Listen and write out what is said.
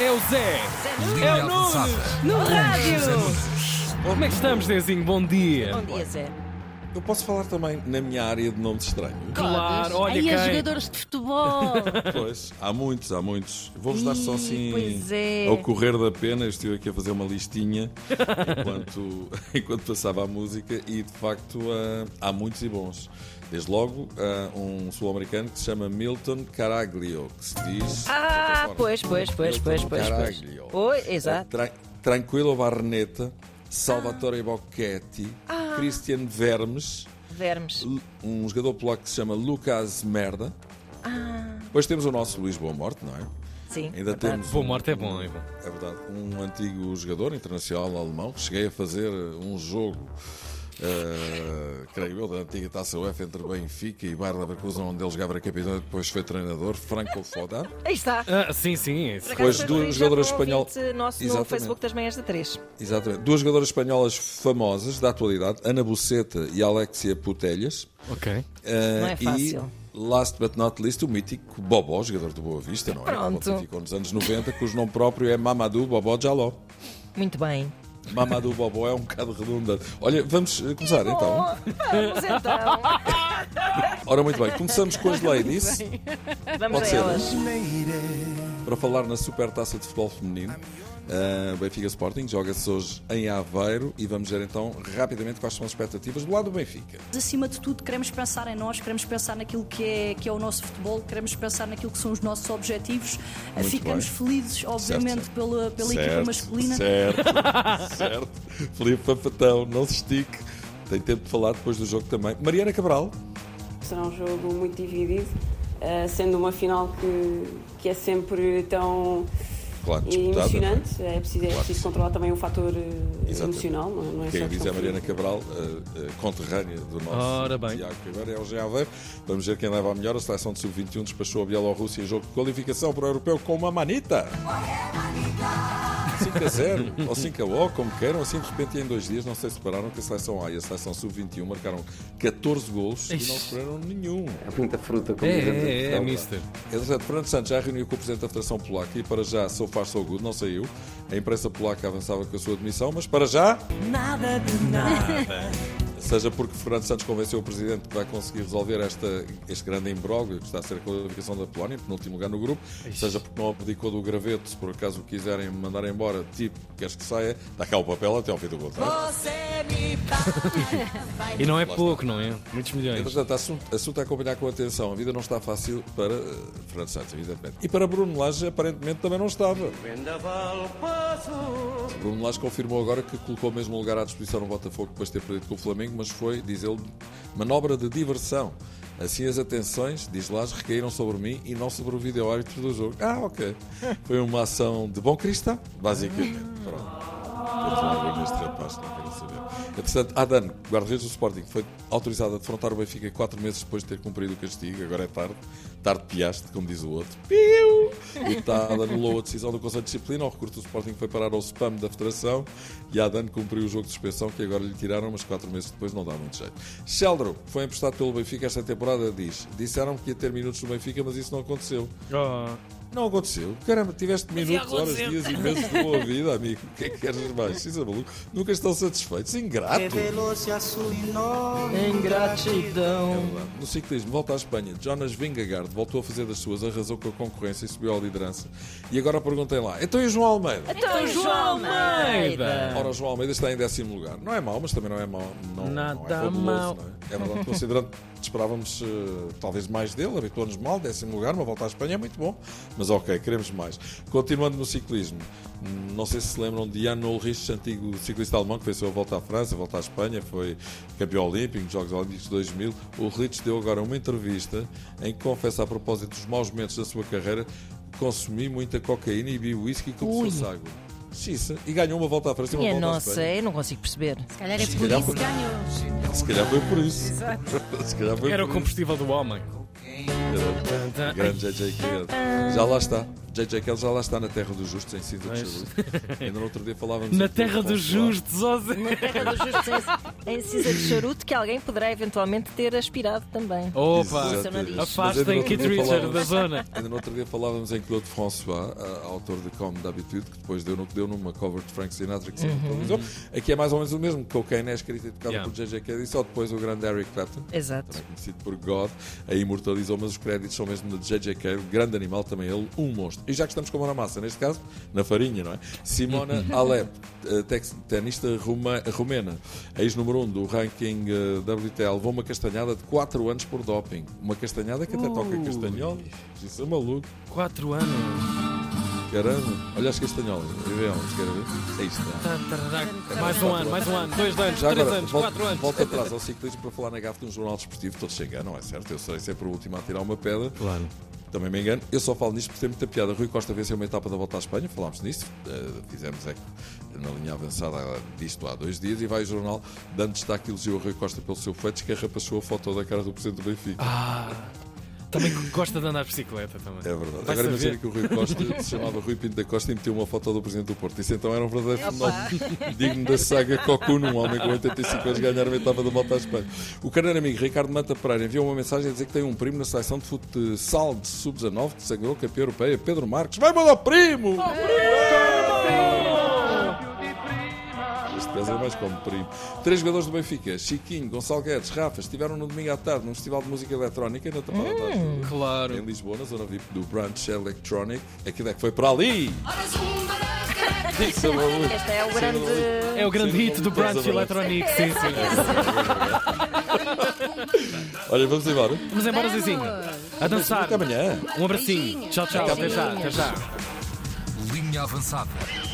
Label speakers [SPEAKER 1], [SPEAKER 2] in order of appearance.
[SPEAKER 1] É o Zé. É o Nunes.
[SPEAKER 2] No rádio!
[SPEAKER 1] Como é que estamos, Zezinho? Bom dia.
[SPEAKER 2] Bom dia, Zé.
[SPEAKER 3] Eu posso falar também na minha área de nomes estranhos.
[SPEAKER 1] Claro, olha
[SPEAKER 2] é
[SPEAKER 4] Aí as
[SPEAKER 1] quem.
[SPEAKER 4] jogadores de futebol.
[SPEAKER 3] Pois, há muitos, há muitos. Vou-vos dar só
[SPEAKER 4] Ih,
[SPEAKER 3] assim.
[SPEAKER 4] pois é.
[SPEAKER 3] Ao correr da pena, eu estive aqui a fazer uma listinha enquanto, enquanto passava a música e de facto ah, há muitos e bons. Desde logo, ah, um sul-americano que se chama Milton Caraglio, que se diz.
[SPEAKER 2] Ah, pois, pois, pois, pois,
[SPEAKER 3] Milton
[SPEAKER 2] pois. pois.
[SPEAKER 3] Caraglio.
[SPEAKER 2] Oi, exato.
[SPEAKER 3] Tra- Tranquilo Barneta,
[SPEAKER 2] Ah.
[SPEAKER 3] Salvatore Bocchetti, Christian Vermes.
[SPEAKER 2] Vermes.
[SPEAKER 3] L- um jogador polaco que se chama Lucas Merda. Depois temos o nosso Luís Boa Morte, não é?
[SPEAKER 2] Sim.
[SPEAKER 3] Ainda
[SPEAKER 2] verdade.
[SPEAKER 3] temos.
[SPEAKER 1] Boa
[SPEAKER 3] um-
[SPEAKER 1] morte é bom, é bom.
[SPEAKER 3] É verdade, um antigo jogador internacional alemão que cheguei a fazer um jogo, eh, creio eu, da antiga taça UEFA entre Benfica e Bayer Leverkusen, onde ele jogava era capitão e depois foi treinador, Franco Foda.
[SPEAKER 2] Aí está.
[SPEAKER 1] Ah, sim, sim. isso.
[SPEAKER 3] Pois,
[SPEAKER 2] Foi
[SPEAKER 3] duas
[SPEAKER 2] referir já
[SPEAKER 3] jogadoras
[SPEAKER 2] para um
[SPEAKER 3] espanhol-
[SPEAKER 2] ouvinte Nosso no
[SPEAKER 3] Exatamente.
[SPEAKER 2] Facebook das manhãs da 3.
[SPEAKER 3] Exatamente. Duas jogadoras espanholas famosas da atualidade, Ana Buceta e Alexia Putelhas.
[SPEAKER 1] Ok.
[SPEAKER 3] Uh,
[SPEAKER 2] Não é fácil.
[SPEAKER 3] E, last but not least, o mítico Bobó, jogador do Boa Vista, não é?
[SPEAKER 2] Pronto.
[SPEAKER 3] Que Ficou nos anos 90, cujo nome próprio é Mamadou Bobó Jaló.
[SPEAKER 2] Muito bem.
[SPEAKER 3] Mamadou Bobó é um bocado redundante. Olha, vamos eh, começar então.
[SPEAKER 2] Bom, vamos então.
[SPEAKER 3] Ora, muito bem, começamos com as ladies,
[SPEAKER 2] Vamos a
[SPEAKER 3] Pode ser.
[SPEAKER 2] elas.
[SPEAKER 3] para falar na super taça de futebol feminino. Uh, Benfica Sporting joga-se hoje em Aveiro e vamos ver então rapidamente quais são as expectativas do lado do Benfica.
[SPEAKER 5] Acima de tudo, queremos pensar em nós, queremos pensar naquilo que é, que é o nosso futebol, queremos pensar naquilo que são os nossos objetivos.
[SPEAKER 3] Muito
[SPEAKER 5] Ficamos
[SPEAKER 3] bem.
[SPEAKER 5] felizes, obviamente,
[SPEAKER 3] certo.
[SPEAKER 5] pela, pela equipa masculina.
[SPEAKER 3] Certo, certo. Felipe Pafatão, não se estique. Tem tempo de falar depois do jogo também. Mariana Cabral,
[SPEAKER 6] Será um jogo muito dividido, eh, sendo uma final que, que é sempre tão
[SPEAKER 3] claro, disputada.
[SPEAKER 6] emocionante. É preciso, é preciso controlar também o fator eh,
[SPEAKER 3] Exatamente.
[SPEAKER 6] emocional, não é- não é só
[SPEAKER 3] Quem diz é
[SPEAKER 6] questão
[SPEAKER 3] a Mariana
[SPEAKER 6] física.
[SPEAKER 3] Cabral, eh, eh, conterrânea do nosso
[SPEAKER 1] Ora bem.
[SPEAKER 3] Tiago Ribeiro, é o Jean Aveiro. Vamos ver quem leva a melhor. A seleção de sub-21 despachou a Bielorrússia em jogo de qualificação para o europeu com uma manita. 5 a 0 ou 5 a 1, como queiram, assim de repente em dois dias, não sei se pararam que a seleção A e a seleção sub-21 marcaram 14 golos e não sofreram nenhum.
[SPEAKER 7] É muita fruta,
[SPEAKER 1] É,
[SPEAKER 7] como dizemos em
[SPEAKER 1] é, é,
[SPEAKER 7] Portugal.
[SPEAKER 1] mister.
[SPEAKER 3] Entretanto, Fernando Santos já reuniu com o Presidente da Federação Polaca e para já, so far so good, não saiu. A imprensa polaca avançava com a sua demissão, mas para já... Nada de nada. Seja porque Fernando Santos convenceu o Presidente que vai conseguir resolver esta, este grande imbróglio que está a ser a qualificação da Polónia, em penúltimo lugar no grupo, seja porque não abdicou do graveto, se por acaso o quiserem mandar embora, tipo, queres que saia, dá cá o papel até ao fim do contrato.
[SPEAKER 1] E não é pouco, não é? Muitos milhões.
[SPEAKER 3] Entretanto, assunto, assunto a acompanhar com atenção. A vida não está fácil para eh, Fernando Santos, evidentemente. E para Bruno Lage, aparentemente também não estava. Bruno Lage confirmou agora que colocou o mesmo lugar à disposição no Botafogo depois de ter perdido com o Flamengo, mas foi, diz ele, manobra de diversão. Assim as atenções, diz Lage, recaíram sobre mim e não sobre o vídeo árbitro do jogo. Ah, ok. Foi uma ação de bom cristão, basicamente. Pronto. Vamos lá ver neste rapaz, não quero saber. Entretanto, Adan, guarda-redes do Sporting, foi autorizado a defrontar o Benfica quatro meses depois de ter cumprido o castigo. Agora é tarde. Tarde piaste, como diz o outro. Piu! O deputado anulou a decisão do Conselho de Disciplina. Ao recurso do Sporting foi parar ao spam da Federação e Adan cumpriu o jogo de suspensão que agora lhe tiraram, mas quatro meses depois não dá muito jeito. Sheldro foi emprestado pelo Benfica esta temporada, diz. Disseram que ia ter minutos no Benfica, mas isso não aconteceu.
[SPEAKER 1] Oh.
[SPEAKER 3] Não aconteceu. Caramba, tiveste minutos, horas, dias e meses de boa vida, amigo. O que é que queres mais? Isso é maluco. Nunca estão satisfeitos.
[SPEAKER 1] É
[SPEAKER 3] Ingrato.
[SPEAKER 8] Ingratidão.
[SPEAKER 3] No ciclismo, volta à Espanha. Jonas Vingegaard voltou a fazer das suas, arrasou com a concorrência e subiu à liderança. E agora perguntem lá. Então e o João Almeida?
[SPEAKER 2] Então, João Almeida.
[SPEAKER 3] Ora, o João Almeida está em décimo lugar. Não é mau, mas também não é mau. Não, não é
[SPEAKER 1] Nada
[SPEAKER 3] fabuloso,
[SPEAKER 1] mau.
[SPEAKER 3] não é? É verdade, considerando que esperávamos eh, talvez mais dele, habituou-nos mal, décimo lugar, uma volta à Espanha é muito bom, mas ok, queremos mais. Continuando no ciclismo, hum, não sei se se lembram de Jan Ulrich, antigo ciclista alemão que venceu a volta à França, a volta à Espanha, foi campeão olímpico, nos Jogos Olímpicos de 2000. O Ulrich deu agora uma entrevista em que confessa a propósito dos maus momentos da sua carreira, consumi muita cocaína e bebi whisky como se fosse água. Xiça, e ganhou uma volta à França e uma
[SPEAKER 2] Minha
[SPEAKER 3] volta à
[SPEAKER 2] nossa,
[SPEAKER 3] Espanha.
[SPEAKER 2] eu não consigo perceber.
[SPEAKER 4] Se calhar é por
[SPEAKER 3] calhar
[SPEAKER 4] isso
[SPEAKER 3] por-
[SPEAKER 4] que ganhou.
[SPEAKER 3] Se calhar foi por isso. Se calhar foi
[SPEAKER 1] Era o
[SPEAKER 3] por isso.
[SPEAKER 1] combustível do homem.
[SPEAKER 3] Grande JJ Quevedo. Já lá está. JJ Kelly já lá está na Terra dos Justos, em Cinza de
[SPEAKER 1] Pois.
[SPEAKER 3] Jesus. Ainda no outro dia falávamos.
[SPEAKER 1] Na
[SPEAKER 3] aqui
[SPEAKER 1] terra
[SPEAKER 3] com
[SPEAKER 1] dos
[SPEAKER 3] o Consular.
[SPEAKER 1] justos, ó Zé.
[SPEAKER 2] Na terra dos justos em em cinza de charuto que alguém poderá eventualmente ter aspirado também.
[SPEAKER 1] Opa,
[SPEAKER 3] Exato.
[SPEAKER 4] é
[SPEAKER 3] é
[SPEAKER 2] Isso eu não disse.
[SPEAKER 3] Mas
[SPEAKER 1] afastem
[SPEAKER 3] ainda
[SPEAKER 1] Kit
[SPEAKER 3] não tinha
[SPEAKER 1] Richard
[SPEAKER 3] falado.
[SPEAKER 1] da zona.
[SPEAKER 3] Ainda no outro dia falávamos em Claude François, a- autor de Como d'Habitude, que depois deu no que deu numa cover de Frank Sinatra que se popularizou. Aqui é mais ou menos o mesmo, Cocaine é escrita e tocada
[SPEAKER 1] Uhum. Yeah.
[SPEAKER 3] por J.J. Kelly, só depois o grande Eric Clapton,
[SPEAKER 2] Exato.
[SPEAKER 3] também conhecido por God, a imortalizou, mas os créditos são mesmo de J.J. Kelly, grande animal também ele, um monstro. E já que estamos com a mão na massa, neste caso, na farinha, não é? Simona Alep, eh, tex- tenista ruma- rumena, ex-número 1 um do ranking eh, WTA, levou uma castanhada de 4 anos por doping. Uma castanhada que até toca castanhol. Isso é maluco.
[SPEAKER 1] 4 anos.
[SPEAKER 3] Caramba, olha as castanholas, e vê-las, quero ver. É isto, não é?
[SPEAKER 1] Mais um ano, mais um ano, dois anos,
[SPEAKER 3] Já
[SPEAKER 1] três
[SPEAKER 3] agora,
[SPEAKER 1] anos,
[SPEAKER 3] volta,
[SPEAKER 1] quatro anos.
[SPEAKER 3] volta atrás ao ciclismo para falar na gafe de um jornal desportivo, todos se enganam, é certo? Eu sei, sempre o último a tirar uma pedra,
[SPEAKER 1] Claro.
[SPEAKER 3] também me engano. Eu só falo nisto porque tem muita piada. Rui Costa venceu uma etapa da volta à Espanha, falámos nisto, eh, fizemos eco na linha avançada disto há dois dias e vai o jornal dando destaque e elogiou a Rui Costa pelo seu feito, escarrapachou a foto da cara do Presidente do Benfica.
[SPEAKER 1] Também gosta de andar de bicicleta também.
[SPEAKER 3] É verdade.
[SPEAKER 1] Vai saber.
[SPEAKER 3] Agora imagina que o Rui Costa se chamava Rui Pinto da Costa e meteu uma foto do Presidente do Porto. Isso então era um verdadeiro fenómeno digno da saga Cocuno, um homem com 85 anos ganhar uma etapa da volta à Espanha. O carneiro amigo Ricardo Manta Pereira enviou uma mensagem a dizer que tem um primo na seleção de futsal de sub-19 que sangrou campeão europeia, Pedro Marques. Vai, mandar primo! Este caso é mais como primo. Três jogadores do Benfica, Chiquinho, Gonçalo Guedes, Rafa, estiveram no domingo à tarde num festival de música eletrónica na Tapada da Ajuda em
[SPEAKER 1] Claro.
[SPEAKER 3] Lisboa, na zona VIP do Branch Electronic. Aquilo é que foi para ali! Isso é maluco.
[SPEAKER 2] Esta é o
[SPEAKER 1] É
[SPEAKER 2] grande.
[SPEAKER 1] o grande
[SPEAKER 3] Sim,
[SPEAKER 1] hit do Branch
[SPEAKER 3] estás a ver.
[SPEAKER 1] Electronic, sim, sim.
[SPEAKER 3] Olha, vamos embora.
[SPEAKER 1] Vamos embora, Zezinho. A dançar.
[SPEAKER 3] Até amanhã.
[SPEAKER 1] Um abracinho. Tchau, tchau. Até já, até já.
[SPEAKER 4] Linha avançada.